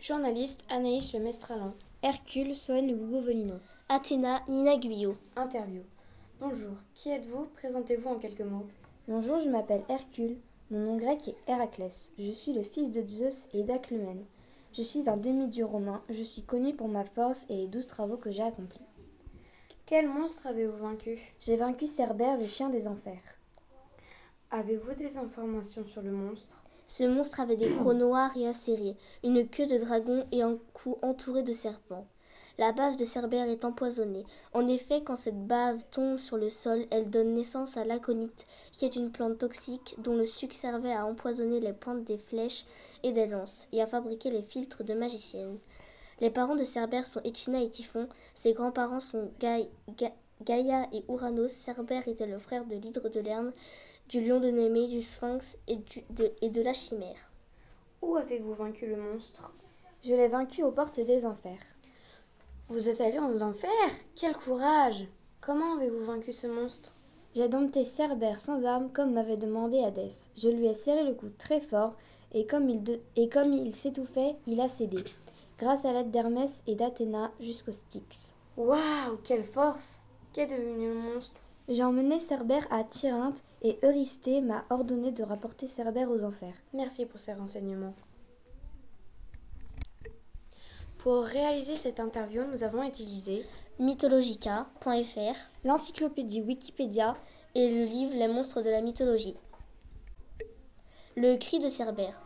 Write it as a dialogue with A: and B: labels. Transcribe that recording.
A: Journaliste Anaïs Le Mestralan.
B: Hercule, Soane Le Gouvelino.
C: Athéna, Nina Guyot.
A: Interview. Bonjour, qui êtes-vous Présentez-vous en quelques mots.
B: Bonjour, je m'appelle Hercule. Mon nom grec est Héraclès. Je suis le fils de Zeus et d'Aclumène. Je suis un demi-dieu romain. Je suis connu pour ma force et les douze travaux que j'ai accomplis.
A: Quel monstre avez-vous vaincu
B: J'ai vaincu Cerbère, le chien des enfers.
A: Avez-vous des informations sur le monstre
C: Ce monstre avait des crocs noirs et acérés, une queue de dragon et un cou entouré de serpents. La bave de Cerbère est empoisonnée. En effet, quand cette bave tombe sur le sol, elle donne naissance à l'aconite, qui est une plante toxique dont le suc servait à empoisonner les pointes des flèches et des lances et à fabriquer les filtres de magiciennes. Les parents de Cerbère sont Echina et Typhon, ses grands-parents sont Gaï- Ga- Gaïa et Ouranos. Cerbère était le frère de l'hydre de Lerne, du lion de Némée, du sphinx et, du- de, et de la chimère.
A: Où avez-vous vaincu le monstre
B: Je l'ai vaincu aux portes des enfers.
A: Vous êtes allé en enfer Quel courage Comment avez-vous vaincu ce monstre
B: J'ai dompté Cerbère sans armes comme m'avait demandé Hadès. Je lui ai serré le cou très fort et comme il, de- et comme il s'étouffait, il a cédé, grâce à l'aide d'Hermès et d'Athéna jusqu'au Styx.
A: Waouh, quelle force Qu'est devenu le monstre
B: J'ai emmené Cerbère à Tyrinthe et Eurysthée m'a ordonné de rapporter Cerbère aux enfers.
A: Merci pour ces renseignements. Pour réaliser cette interview, nous avons utilisé
C: Mythologica.fr
B: L'encyclopédie Wikipédia,
C: et le livre Les monstres de la mythologie. Le cri de Cerbère.